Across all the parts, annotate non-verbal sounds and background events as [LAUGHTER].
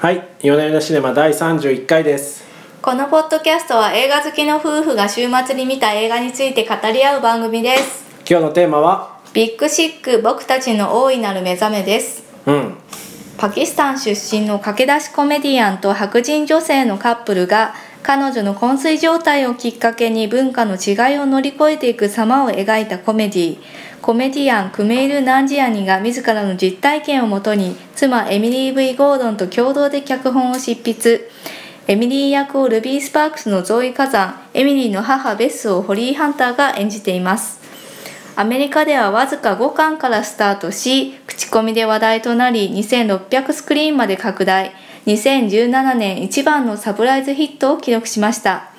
はい、夜な夜なシネマ第31回です。このポッドキャストは映画好きの夫婦が週末に見た映画について語り合う番組です今日のテーマは、ビッグシック僕たちの大いなる目覚めですうん、パキスタン出身の駆け出しコメディアンと白人女性のカップルが彼女の昏睡状態をきっかけに文化の違いを乗り越えていく様を描いたコメディコメディアンクメール・ナンジアニが自らの実体験をもとに妻エミリー・ V ・ゴードンと共同で脚本を執筆エミリー役をルビー・スパークスのゾーイ・カザンエミリーの母ベスをホリー・ハンターが演じていますアメリカではわずか5巻からスタートし口コミで話題となり2600スクリーンまで拡大2017年一番のサプライズヒットを記録しました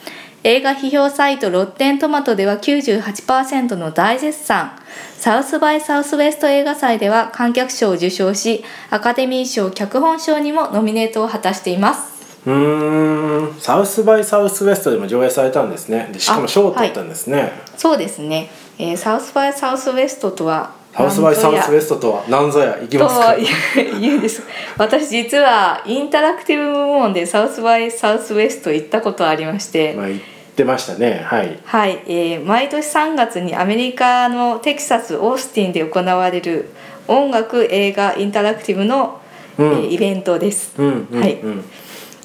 映画批評サイトロッテントマトでは98%の大絶賛サウスバイサウスウェスト映画祭では観客賞を受賞しアカデミー賞脚本賞にもノミネートを果たしていますうーん、サウスバイサウスウェストでも上映されたんですね。でしかもあ賞を取ったんですね。そうですね、えーサウスバイサウスウェストとはサウスバイサウスウェェストとは何ぞや行きとますかは。言う [LAUGHS] 言うんです私実はインタラクティブ部門でサウスバイサウスウェスト行ったことありまして、まあ言ってましたね。はい。はい、えー毎年3月にアメリカのテキサスオースティンで行われる音楽映画インタラクティブの、うんえーイベントです。うんうんうん。はい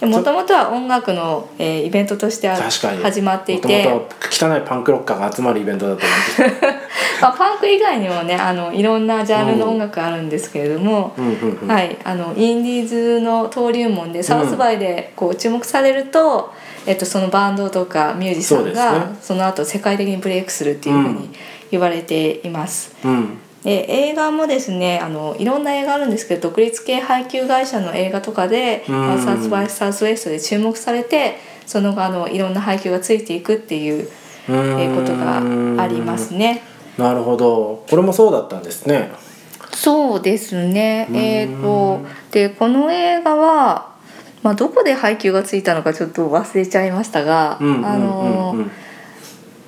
もともとは音楽の、えーイベントとしては確かに始まっていて、もともと汚いパンクロッカーが集まるイベントだと思って [LAUGHS] まあ、パンク以外にもねあのいろんなジャンルの音楽があるんですけれども、うんうんうんはい、あのインディーズの登竜門でサウスバイでこう注目されると、えっと、そのバンドとかミュージシャンそうがですねその後世界的にブレイクするっていうふううに言われています。た。うん。で映画もですねあのいろんな映画あるんですけど独立系配給会社の映画とかで、うんまあサウスバイサウスウェストで注目されてその後あのいろんな配給がついていく [LAUGHS] っていう、うえーんことがあります。ね。なるほど。これもそうだったんですね。そうですね。うんえっ、とでこの映画はまあどこで配給がついたのかちょっと忘れちゃいましたが、うんうんうんうんあのー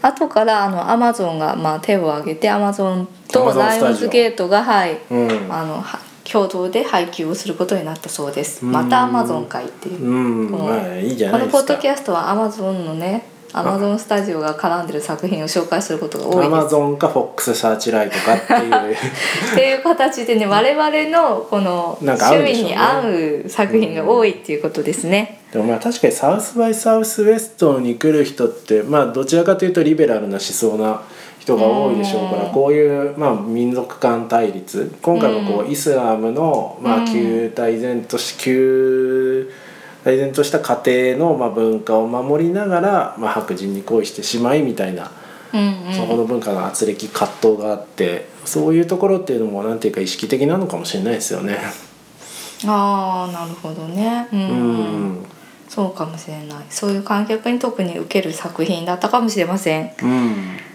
後からあのアマゾンがまあ手を挙げてアマゾン Amazon とスタラジイオオンズゲートがはい。うん。あのは共同で配給をすることになったそうです。うんまたアマゾン会っていう。うん、このまあいいじゃこないでのポッすドキか。ャストはアマゾンのね、アマゾンスタジオが絡んでる作品を紹介することが多いアですマ。ゾンかフォックスサーチライトかって [LAUGHS] いう。っていう形でね我々のこのなんか合うん趣でしょう味ねに合う作品が多いっていうことですね。でもまあ確かにサウスバイサウスウェストに来る人ってまあどちらかというとリベラルな思想な人が多いでしょうからうんこういうまあ民族間対立今回もこううイスラムのまうあん旧大然とし旧大然とした家庭のまあ文化を守りながらまあ白人に恋してしまいみたいなうんうんそこの文化の圧力葛藤があってそういうところっていうのもなんていうか意識的なのかもしれないですよね。ああなるほどね。うん、うんそうかもしれない。そういう観客に特に受ける作品だったかもしれません。うん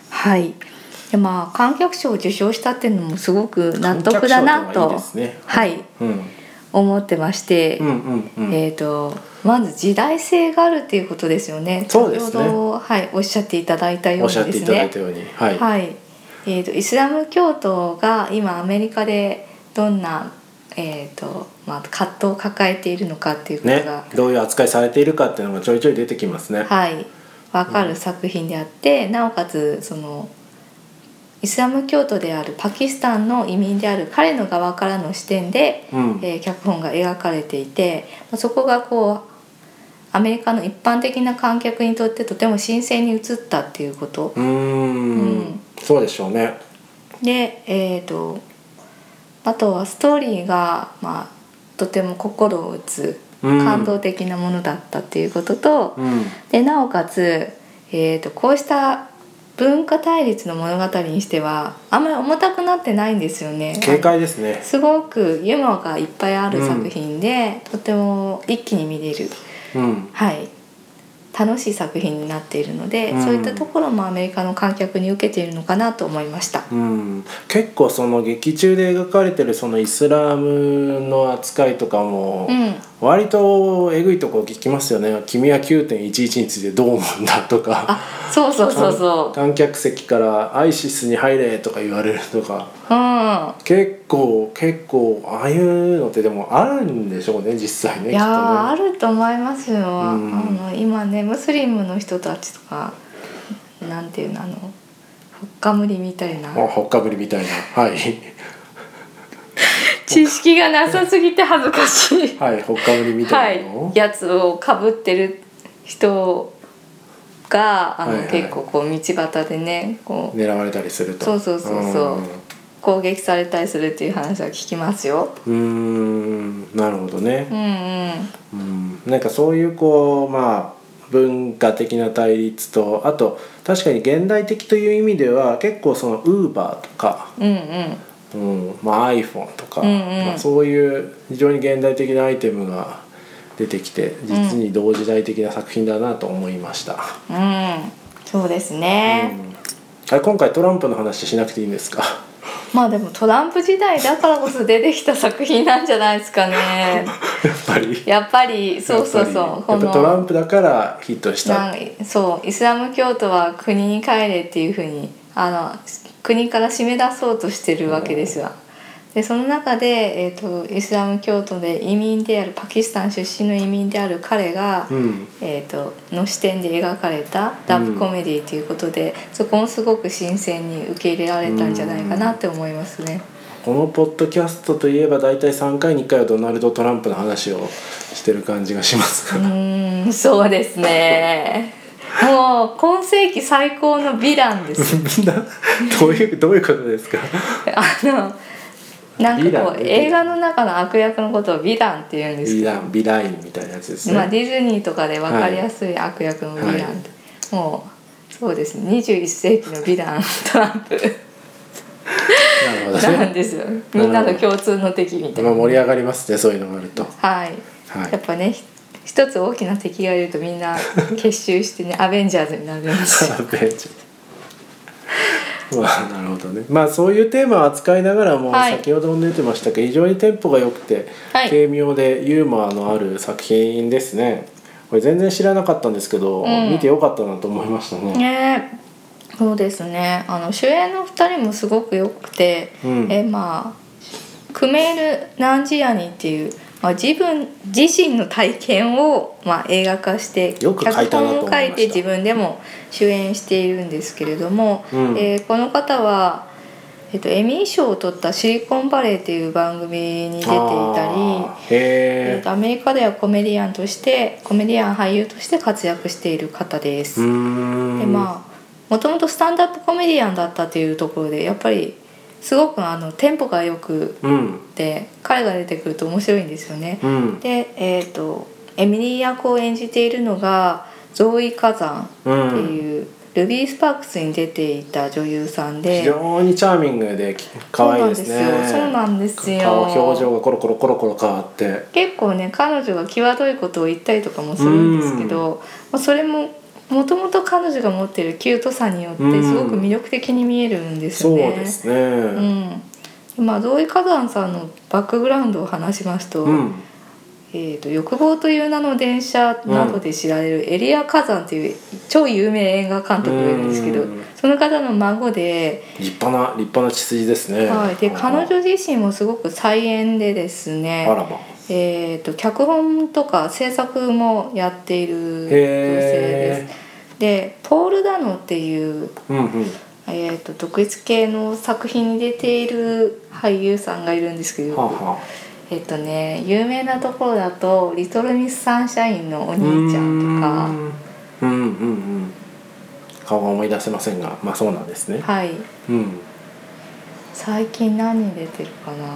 はい。でまあ観客賞を受賞したっていうのもすごく納得だな観客賞ってのとはいいですねはいうん思ってまして。うんうんうんえー、とまず時代性があるっていうことですよね。そうですね先ほど、はい、おっしゃっていただいたようにおでっしすゃね。っていただいたように、はい、はいえー、とイスラム教徒が今アメリカでどんな、えーとまあ、葛藤を抱えているのかっていうことねが、、どういう扱いされているかっていうのがちょいちょい出てきますね。はい、分かる作品であって、なおかつそのイスラム教徒であるパキスタンの移民である彼の側からの視点で、うん、えー脚本が描かれていてまあそこがこうアメリカの一般的な観客にとってとても新鮮に映ったっていうことうーんうんそうでしょうね。でえー、とあとはストーリーが、まあ、とても心を打つうん感動的なものだったっていうことと、うん、でなおかつ、えー、とこうした文化対立の物語にしてはあんまり重たくなってないんですよね。警戒ですね。すごくユーモアがいっぱいある作品で、とても一気に見れる、うん、はい、楽しい作品になっているので、うんそういったところもアメリカの観客に受けているのかなと思いました。うん、結構その劇中で描かれてるそのイスラムの扱いとかも、うん割とえぐいとこ聞きますよね「君は9.11についてどう思うんだ」とかあそうそうそうそ観客席から「アイシスに入れ」とか言われるとかううん結構結構ああいうのってでもあるんでしょうね実際ねいやきっとねーあると思いますよ、んあの今ねムスリムの人たちとかなんていうのあのほっかむりみたいなあほっかぶりみたいなはい知識がなさすぎて恥ずかしいはいほっかぶりみはたいなの、いやつをかぶってる人があの、はいはい結構こう道端でねこう狙われたりするとそうそうそうそう攻撃されたりするっていう話は聞きますよ。うんうーんなるほどねうんうんうんなんかそういうこうまあ文化的な対立とあと確かに現代的という意味では結構そのウーバーとか、うんうんうんまあ、iPhone とか、うんうんまあ、そういう非常に現代的なアイテムが出てきて実に同時代的な作品だなと思いました、うんそうですうね、んあれ今回トランプの話しなくていいんですか [LAUGHS] まあでもトランプ時代だからこそ出てきた作品なんじゃないですかね [LAUGHS] やっぱりやっぱりそうそうそうやっぱりやっぱトランンプだからヒットしたそうイスラム教徒は国に帰れっていうふうにあの国から締め出そうとしてるわけですわでその中で、えー、とイスラム教徒で移民であるパキスタン出身の移民である彼が、うんえー、との視点で描かれたラブコメディということで、そこもすごく新鮮に受け入れられたんじゃないかなって思いますね。このポッドキャストといえば大体3回に1回はドナルド・トランプの話をしてる感じがしますうーんそうですねもう今世紀最高のヴィランです [LAUGHS] [LAUGHS] みんなどういうどういうことですかあのなんヴィかラこンう映画の中の悪役のことをヴィランって言うんですビけどランビラインみたいなやつですね、まあ、ディズニーとかで分かりやすい悪役のヴィラン、はいもうそうですね21世紀のヴィラントラ [LAUGHS] ンプなるほどなんねですよみんなの共通の敵みたいまあな盛り上がりますねそういうのがあるとはい、はいやっぱねひ一つ大きな敵がいるとみんな結集してね [LAUGHS] アベンジャーズになりますよア [LAUGHS] ベンジまあなるほどねまあそういうテーマを扱いながらも、はい先ほども出てましたけど非常にテンポが良くて、はい軽妙でユーモアのある作品ですねこれ全然知らなかったんですけど、うん見てよかったなと思いましたねねそうですねあの主演の2人もすごくよくて、うんえまあクメール・ナンジアニっていう、まあ、自分自身の体験を、まあ、映画化してよく書いたなと思いました脚本を書いて自分でも主演しているんですけれども、うんえーこの方は、えっと、エミー賞を取った「シリコンバレー」っていう番組に出ていたり。あーえへっえとアメリカではコメディアンとしてコメディアン俳優として活躍している方ですう。ーでんまあもともとスタンドアップコメディアンだったっていうところでやっぱりすごくあのテンポがよくうんて彼が出てくると面白いんですよね。うんで、えー、とエミリー役を演じているのがゾーイ・カザンうってんいう、ルビー・スパークスに出ていた女優さんで非常にチャーミングで可愛いですねそうなんですよそうなんですよ顔表情がコロコロコロコロ変わって結構ね彼女が際どいことを言ったりとかもするんですけど、まあそれももともと彼女が持ってるキュートさによってうんすごく魅力的に見えるんですそうよね。ですねうん、まあゾーイ・カザンさんのバックグラウンドを話しますと,、うんえー、と「欲望という名の電車」などで知られるエリア・カザンという超有名映画監督がいるんですけど、うんその方の孫で,、立派な立派な血筋ですね。はい、で彼女自身もすごく菜園でですあねらま。えー、と脚本とか制作もやっている女性でへす。でポール・ダノっていうえ。うんうん。えー、と独立系の作品に出ている俳優さんがいるんですけど、はあ、はえっ、とね有名なところだと「リトル・ミス・サンシャイン」のおあ。兄ちゃんうーん。うんうんうん。顔は思い出せませんが、まあそうなんですねと。かはいうん。最近何に出てるかな、ま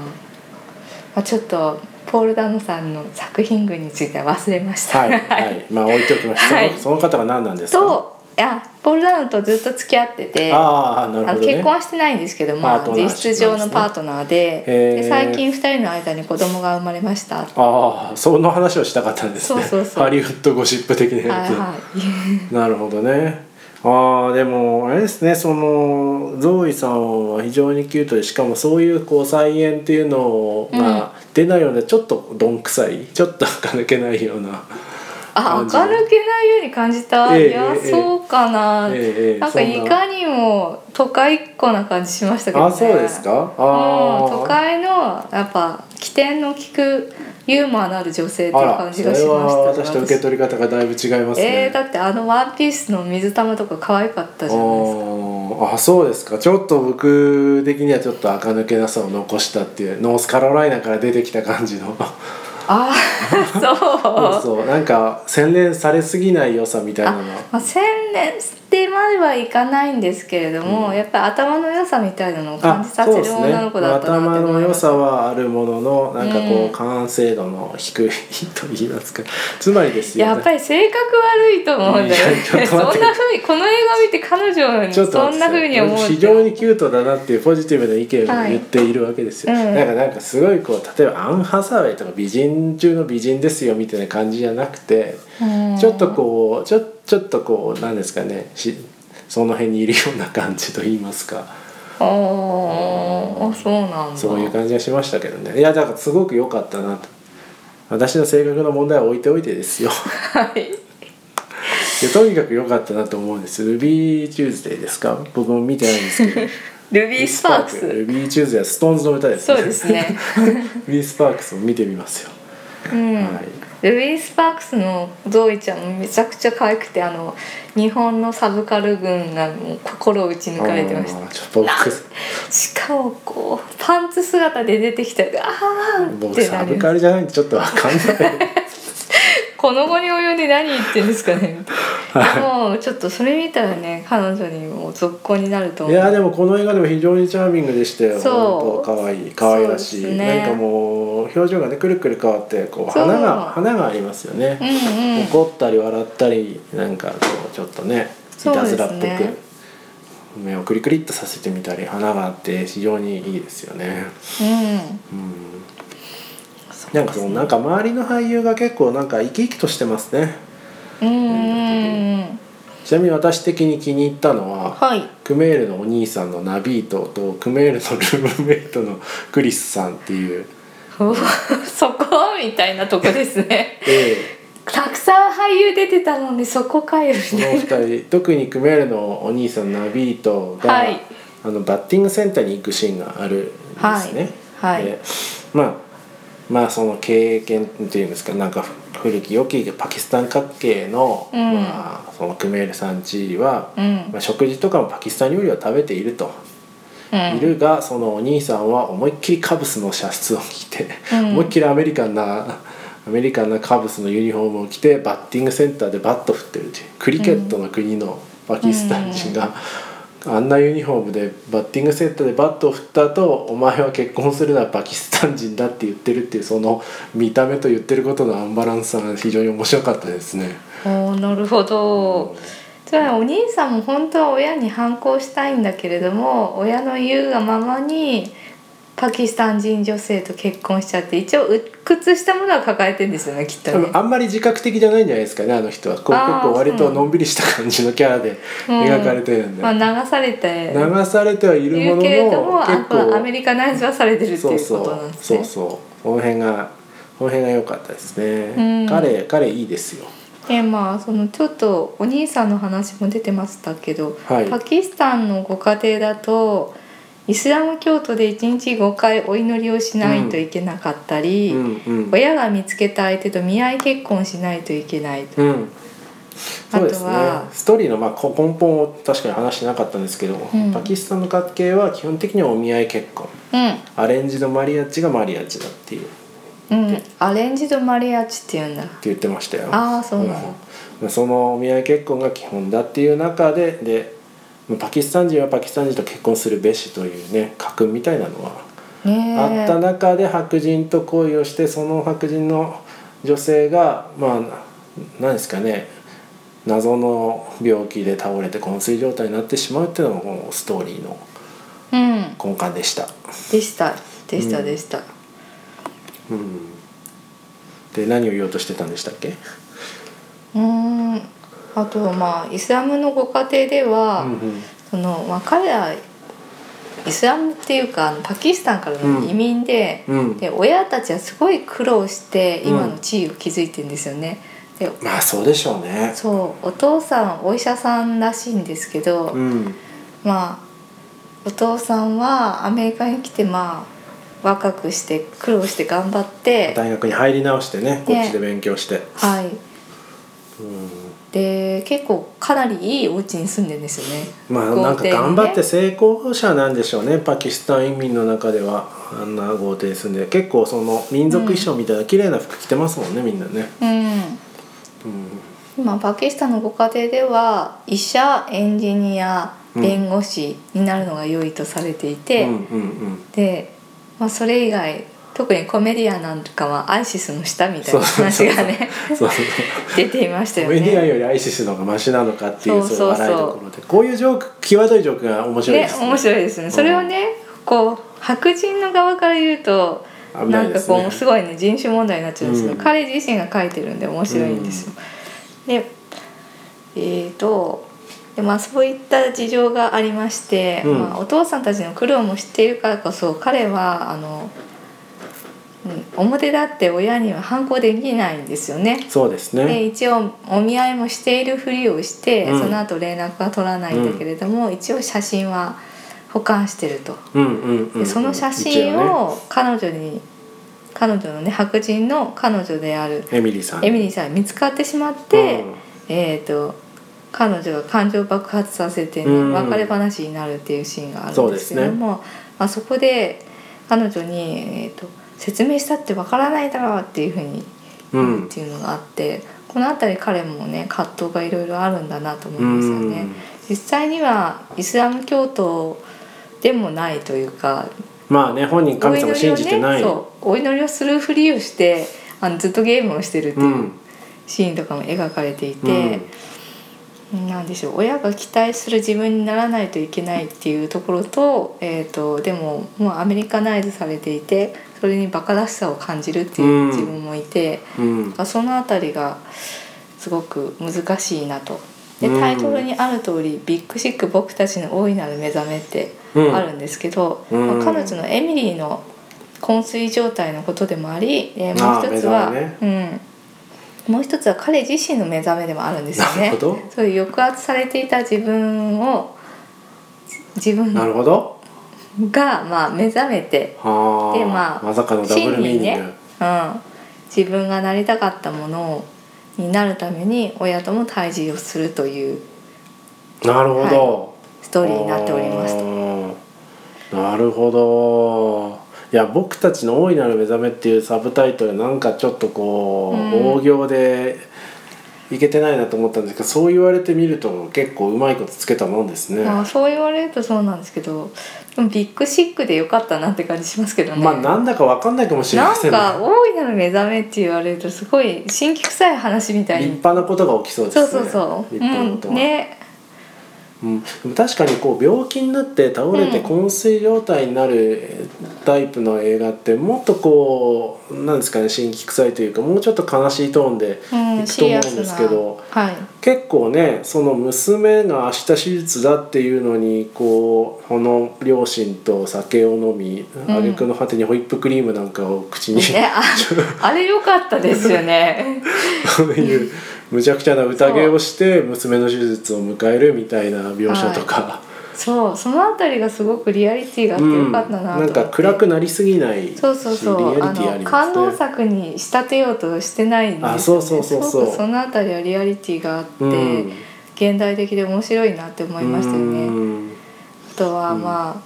あ、ちょっとポール・ダノさんの作品群について [LAUGHS] は忘れました。はいはい。まあ置いておきましょう。はいそのその方が何なんですか。といやポール・ダノとずっと付き合っててああなるほあのどね。結婚はしてないんですけど、まパーあ、トナー実質上のパートナーで,、へーで最近2人の間に子供が生まれましたああその話をしたかったんですね。そうそうそうハリウッドゴシップ的なやはいつ。はい。なるほどね。ああでもあれですねそのゾーイさんは非常にキュートでしかもそういうこう菜園っていうのが出ないようなちょっとどんくさいちょっと垢抜けないようなあ垢感じ抜けないように感じた、ええいや、ええそうかな、ええええなんかそんないかにも都会っ子な感じしましたけどねあそうですかあうーん、都会のやっぱ起点の利くユーモアのある女性っていあうら感そじれがしまはした私と受け取り方がだいぶ違いますね、えー、だってあのワンピースの水玉とか可愛かったじゃないですかあーあそうですかちょっと僕的にはちょっと垢抜けなさを残したっていうノースカロライナから出てきた感じのああそう [LAUGHS] そうなんか洗練されすぎない良さみたいなのまあ、洗練ってまではいかないんですけれども、うんやっぱり頭の良さみたいなのを感あじさそうせでるすね女の子だったな頭っての思い良ますさはあるもののなんかこううん完成度の低いと言いますかつまりですよ、やっぱり性格悪いと思うんだよねいやちょっと [LAUGHS] そんな待ってふうにこの映画見て彼女にちょっとそ待んってなふうに思うって非常にキュートだなっていうポジティブな意見をはい言っているわけですよ、うんなんかなんかすごいこう例えばアン・ハサウェイとか美人中の美人ですよみたいな感じじゃなくてうんちょっとこうちょちょっとこうなんですかねしその辺にいるような感じと言いますかあーあそうなんだそういう感じがしましたけどねいやだからすごく良かったなと私の性格の問題は置いておいてですよ [LAUGHS] はいいやとにかく良かったなと思うんですルビーチューズデーですか僕も見てないんです [LAUGHS] けどルビー・スパークスルビーチューズデーはストーンズの歌ですそうで [LAUGHS] すねルビースパークスも見てみますよ、うん、はいルビー・スパークスのゾーイちゃんめちゃくちゃ可愛くてあの日本のサブカル軍がもう心を打ち抜かれてましあーちょっと僕たしかもこうパンツ姿で出てきたらああっ僕てなサブりまカすルじゃないんでちょっとわかんないこの後に及んで何言ってんですか [LAUGHS] ねはいもうちょっとそれ見たらね彼女にもう続行になるとい思うやでもこの映画でも非常にチャーミングでしたよそう本当可愛い可愛らしい、そうですねなんかもう表情がねくるくる変わってこうそう花が花がありますようね、んうん怒ったり笑ったりなんかこうちょっとねいそうたですずらねっぽく、目をクリクリっとさせてみたり花があって非常にいいですよね、うんうん、なんかそのなんか周りの俳優が結構なんか生き生きとしてますねうんうんうんちなみに私的に気に入ったのははい [LAUGHS] クメールのお兄さんのナビートとクメールのルームメイトのクリスさんっていう、そこみたいなとこですね [LAUGHS] えたくさん俳優出てたのにそこかよそみのたおいな二人特にクメールのお兄さんナビートが、はいあのバッティングセンターに行くシーンがあるんですね。はいはいでまあまあその経験っていうんですかなんか古き良きパキスタン関係の、うんまあ、そのクメールさん地位は、うんまあ、食事とかもパキスタン料理を食べていると。うんいるがそのお兄さんは思いっきりカブスのシャツを着て、うん思いっきりアメリカンなアメリカンなカブスのユニフォームを着てバッティングセンターでバット振ってるっていうクリケットの国のパキスタン人が、あんなユニフォームでバッティングセンターでバットを振った後お前は結婚するのはパキスタン人だって言ってるっていうその見た目と言ってることのアンバランスさが非常に面白かったですね。おーなるほどつまりお兄さんも本当は親に反抗したいんだけれども親の言うがままにパキスタン人女性と結婚しちゃって一応鬱屈したものは抱えてんですよねきっと多ね分。あんまり自覚的じゃないんじゃないですかねあの人はこうあー結構割とのんびりした感じのキャラでうん描かれてるんで、まあ、流されて流されてはいるいものるのけれども結あ構アメリカナイズはされてるってそいううそこうとなんですね。そうそうこの辺がこの辺が良かったですね、うん彼彼いいですよでまあそのちょっとお兄さんの話も出てましたけど、はいパキスタンのご家庭だとイスラム教徒で1日5回お祈りをしないといけなかったり、うんうん親が見つけた相手と見合い結婚しないといけないと。うんそうですねあとはストーリーのまあこ根本を確かに話してなかったんですけど、うんパキスタンの家系は基本的にはお見合い結婚うんアレンジのマリアッチがマリアッチだっていううん、アレンジドマリアッチっていうんだって言ってましたよあーそうなんだうんそのお見合い結婚が基本だっていう中ででパキスタン人はパキスタン人と結婚するべしというね家訓みたいなのはねえあった中で白人と恋をしてその白人の女性がまあ何ですかね謎の病気で倒れて昏睡状態になってしまうっていうのがこのストーリーのうん根幹でした。でしたでしたうんでした、うん、で何を言おうとしてたんでしたっけ、うーんあとまあイスラムのご家庭では、うんうんそのまあ彼らイスラムっていうかあのパキスタンからの移民で,、うんで親たちはすごい苦労してうん今の地位を築いてんですよね。でまあそうでしょうねそうお父さんお医者さんらしいんですけど、うんまあお父さんはアメリカに来てまあ若くして苦労して頑張って、大学に入り直してねこっちで勉強して、はい、うんで結構かなりいいお家に住んでるんですよね。まあ豪邸なんか頑張ってにね成功者なんでしょうねパキスタン移民の中ではあんな豪邸に住んで結構その民族衣装みたいな綺麗な服着てますもんねみんなね、うんうん、今パキスタンのご家庭では医者エンジニアうん弁護士になるのが良いとされていて、うんうんうんで、まあ、それ以外特にコメディアンなんかはアイシスの下みたいなそうそうそ話うがね [LAUGHS] そうそう [LAUGHS] 出ていましたコよメディアンね。よりアイシスの方がマシなのかっていうそのそうそうそう笑いどころでこういうジョーク際どいジョークが面白いでねすね面白いですね。それをねこう白人の側から言うと危なないでんかすねこうすごいね人種問題になっちゃうんですけど、うん彼自身が書いてるんで面白いんですよ。でえー、とで、まあ、そういった事情がありまして、うんまあ、お父さんたちの苦労も知っているからこそ彼はあの、うん、表だって親には反抗できないんですよね。そうですでね一応お見合いもしているふりをして、うんその後連絡は取らないんだけれども、一応写真は保管してると。うんうんうん、うでん、その写一真応ねを彼女に、彼女のね白人の彼女であるエミリーさんエミリーさんに見つかってしまって、うんえっ、と彼女が感情を爆発させて、うんね、別れ話になるっていうシーンがあるんですけどもそ,、まあ、そこで彼女に、えーと「説明したってわからないだろう」っていうふうに、うんっていうのがあってこの辺り彼もね葛藤がいろいろあるんだなと思いますよね。うん実際にはイスラム教徒でもないというかまあね本人お神様祈り信をじてなねい、そうお祈りをするふりをしてあのずっとゲームをしてるっていうう、んシーンとかも描かれていうんて、なんでしょう親が期待する自分にならないといけないっていうところと,、えー、とでももうアメリカナイズされていてそれにバカらしさを感じるっていう自分もいて、うんなん、そのあたりがすごく難しいなと。でうんタイトルにある通り「ビッグシック僕たちの大いなる目覚め」ってうんあるんですけど、うんまあ彼女のエミリーの昏睡状態のことでもあり、えーああもう一つは、目覚うん、もう一つは彼自身の目覚めでもあるんですよなるねほ。どそういう抑圧されていた自分を自分ながるほどまあ目覚めて、はあでまあまさかのダブ真ルミーニンにグ、ね、うん、自分がなりたかったものになるために親とも対峙をするというなるほど、ストーリーになっておりますと。あーなるほどいや「僕たちの大いなる目覚め」っていうサブタイトルなんかちょっとこう、うん大行でいけてないなと思ったんですけどそう言われてみると結構うまいことつけたもんですね。まあそう言われるとそうなんですけど、でもビッグシックでよかったなって感じしますけどね。まあなんだかわかんないかもしれなまんせんかが大いなる目覚めって言われるとすごい神気臭い話みたい立に。派なことが起きそうですそね。うそうそ立う。派なことうはん、ね。うん、でも確かにこう病気になって倒れてうん昏睡状態になるタイプの映画ってもっとこうなんですかね新規臭いというかもうちょっと悲しいトーンでうん、いくと思うんですけど、はい。結構ねその娘が明日手術だっていうのにこうこの両親と酒を飲みん挙句の果てにホイップクリームなんかを口に、 [LAUGHS] ね、ああれ良かったですよね。そういうむちゃくちゃな宴をして娘の手術を迎えるみたいな描写とか。そう、そのあたりがすごくリアリティがあって良かったなと思って、うん、なんか暗くなりすぎないしそうそうそうリアあリティありのますね感動作に仕立てようとしてないんですよねあそうそうそうそうすごくそのあたりはリアリティがあって、うん現代的で面白いなって思いましたようね。んあとはま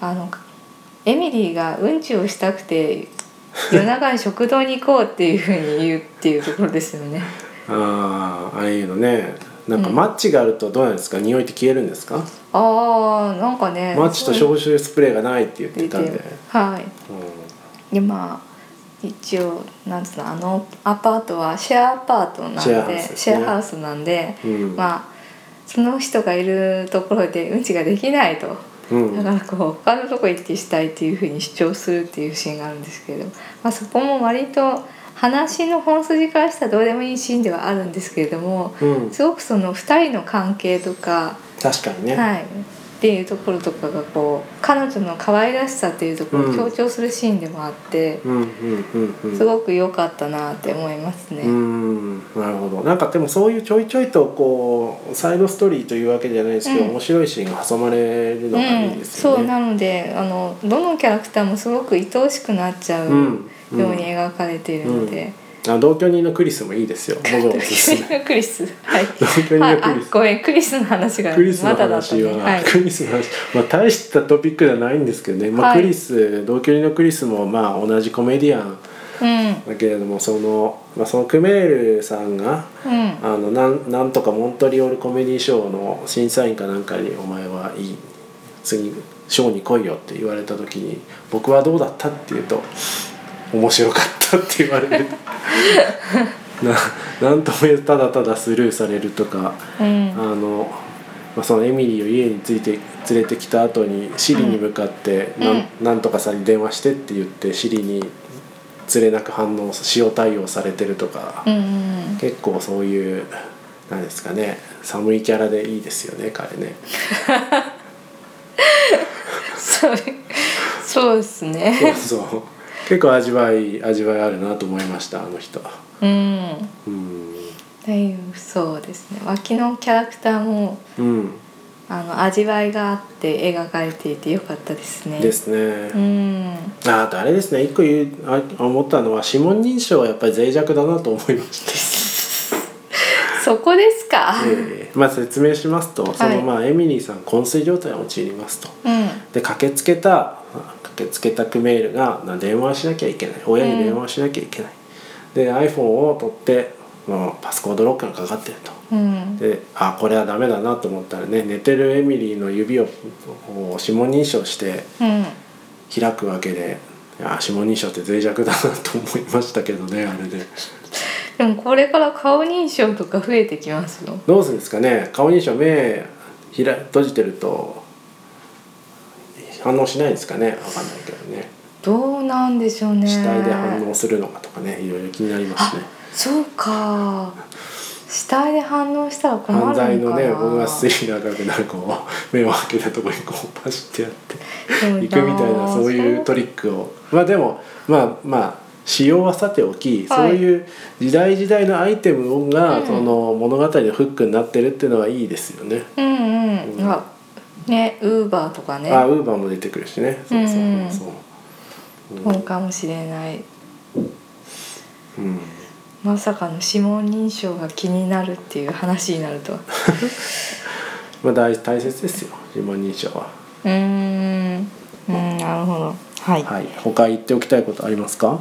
あ、あのエミリーがうんちをしたくて夜中に食堂に行こうっていうふうに言うっていうところですよ [LAUGHS] ね。ああああいうのねなんかマッチがあるとどうなんですか、匂いって消えるんですかあーなんかねマッチとそう消臭スプレーがないって言って出たんてで、うん、はいでまあ一応なんつうのあのアパートはシェアアパートなんでシェアハウスですねシェアハウスなんで、うんまあその人がいるところでうんちができないと、うんだからこう他のとこ行ってしたいっていうふうに主張するっていうシーンがあるんですけれど、まあ、そこも割と話の本筋からしたらどうでもいいシーンではあるんですけれども、うんすごくその2人の関係とか、確かにね、はい、っていうところとかがこう彼女の可愛らしさっていうところを強調するシーンでもあって、うんうんうんうんすごく良かったなって思いますね。うんなるほどなんかでもそういうちょいちょいとこうサイドストーリーというわけじゃないですけど、うん面白いシーンが挟まれるのがいいですうん、よそうね。なのであのどのキャラクターもすごく愛おしくなっちゃうよんううんに描かれているので、あ同居人のクリスもいい [LAUGHS] ですよ。僕もおすすめクリスはい同居人あのあクリス。ごめんクリスの話がクリスまのだだった話ねは、はいクリスの話、まあ、大したトピックではないんですけどね、まあ、はいクリス同居人のクリスもまあ同じコメディアンだけれどもその,、まあ、そのクメールさんがうんうんあのなんなんとかモントリオールコメディショーの審査員かなんかに「お前はいい次ショーに来いよ」って言われた時に「僕はどうだった?」って言うと「面白かった」って言わ [LAUGHS] れるななんとも言えずただただスルーされるとかうんあの、まあ、そのエミリーを家について連れてきた後にシリに向かってうんなんうんなんとかさんに電話して」って言ってシリに連れなく反応塩対応されてるとか。うんうん結構そういうなんですかね寒いキャラでいいですよね彼ねそうそうですそねうそう [LAUGHS] 結構味わい味わいあるなと思いましたあの人うんうんだいぶそうですね脇のキャラクターもうんあの味わいがあって描かれていてよかったですねですねうんああとあれですね一個言うあ思ったのは指紋認証はやっぱり脆弱だなと思いましたそこですか、えーまあ説明しますとその、はいまあエミリーさん昏睡状態に陥りますとうんで駆けつけた駆けつけたクメールがな電話をしなきゃいけない親に電話をしなきゃいけない、で iPhone を取って、まあ、パスコードロックがかかってるとうんであこれはダメだなと思ったらね寝てるエミリーの指をこう指紋認証してうん開くわけであ指紋認証って脆弱だなと思いましたけどねあれででもこれから顔認証とか増えてきますよどうするんですかね顔認証目開閉じてると反応しないんですかねわかんないけどねどうなんでしょうね死体で反応するのかとかねいろいろ気になりますねそうか死体で反応したら困るの犯かな罪のね僕がスリラーがなんかこう目を開けたところにこうパシッてやってでも行くみたいなそういうトリックをまあでもまあまあ使用はさておき、はいそういう時代時代のアイテムが、うんその物語のフックになってるっていうのはいいですよね。うんうん、うんあねウーバーとかねあウーバーも出てくるしね。そうそうそうそう。そうかもしれないうんうんまさかの指紋認証が気になるっていう話になるとはまあ大大切ですよ指紋認証は。うーんうんなるほどはい、はい。他言っておきたいことありますか？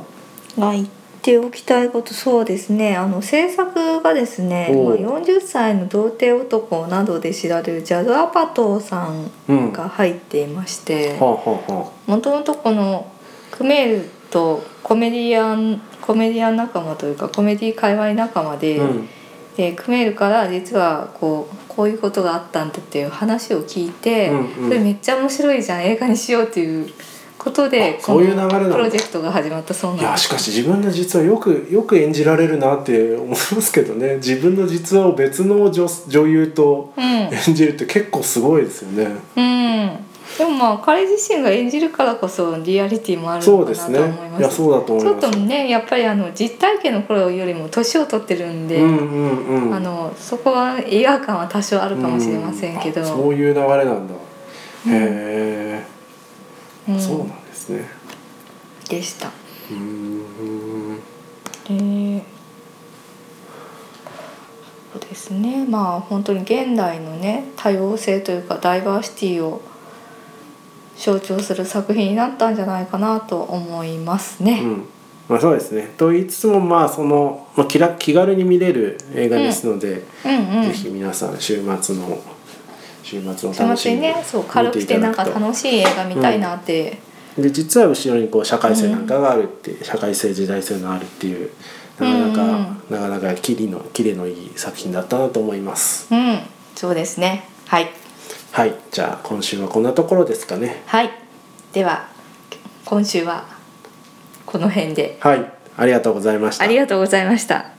が言っておきたいことそうですねあの制作がですね、おまあ、う40歳の童貞男などで知られるジャド・アパトーさんうん。がは入っていましてあ、はあはもともとこのクメールとコメディアンコメディアン仲間というかコメディ界隈仲間あ。で,、うんでクメールから実はこうこういうことがあったんだっていう話を聞いて、うんうんそれめっちゃ面白いじゃん映画にしようっていうことであそういう流れなんだこのプロジェクトが始まったそうなんいですやしかし自分の実はよくよく演じられるなって思いますけどね自分の実話を別の女女優とうん演じるって結構すごいですよね。うん、でもまあ彼自身が演じるからこそリアリティもあるそのうでかなすとね思いま。いやす。そうだと思いちょっます。とねやっぱりあの実体験の頃よりも年を取ってるんで、うんうんうん。あのそこは違和感は多少あるかもしれませんけど、ううんあん、そういう流れなんだ。へえ、そうなんですね。でした。うーん。えーそうですねまあ本当に現代のね多様性というかダイバーシティを象徴する作品になったんじゃないかなと思いますね。うんまあそうですね。と言いつつもまあそのまあ気楽気軽に見れる映画ですので。うん、うんぜひ皆さん週末の週末のすみま楽しせみんにねそう軽くてなんか楽しい映画見たいなって、で実は後ろにこう社会性なんかがあるって、社会性時代性のあるっていうなかなか、なかなかキリのキレのいい作品だったなと思いますうん、そうですねはいはいじゃあ今週はこんなところですかねはいでは今週はこの辺ではいありがとうございましたありがとうございました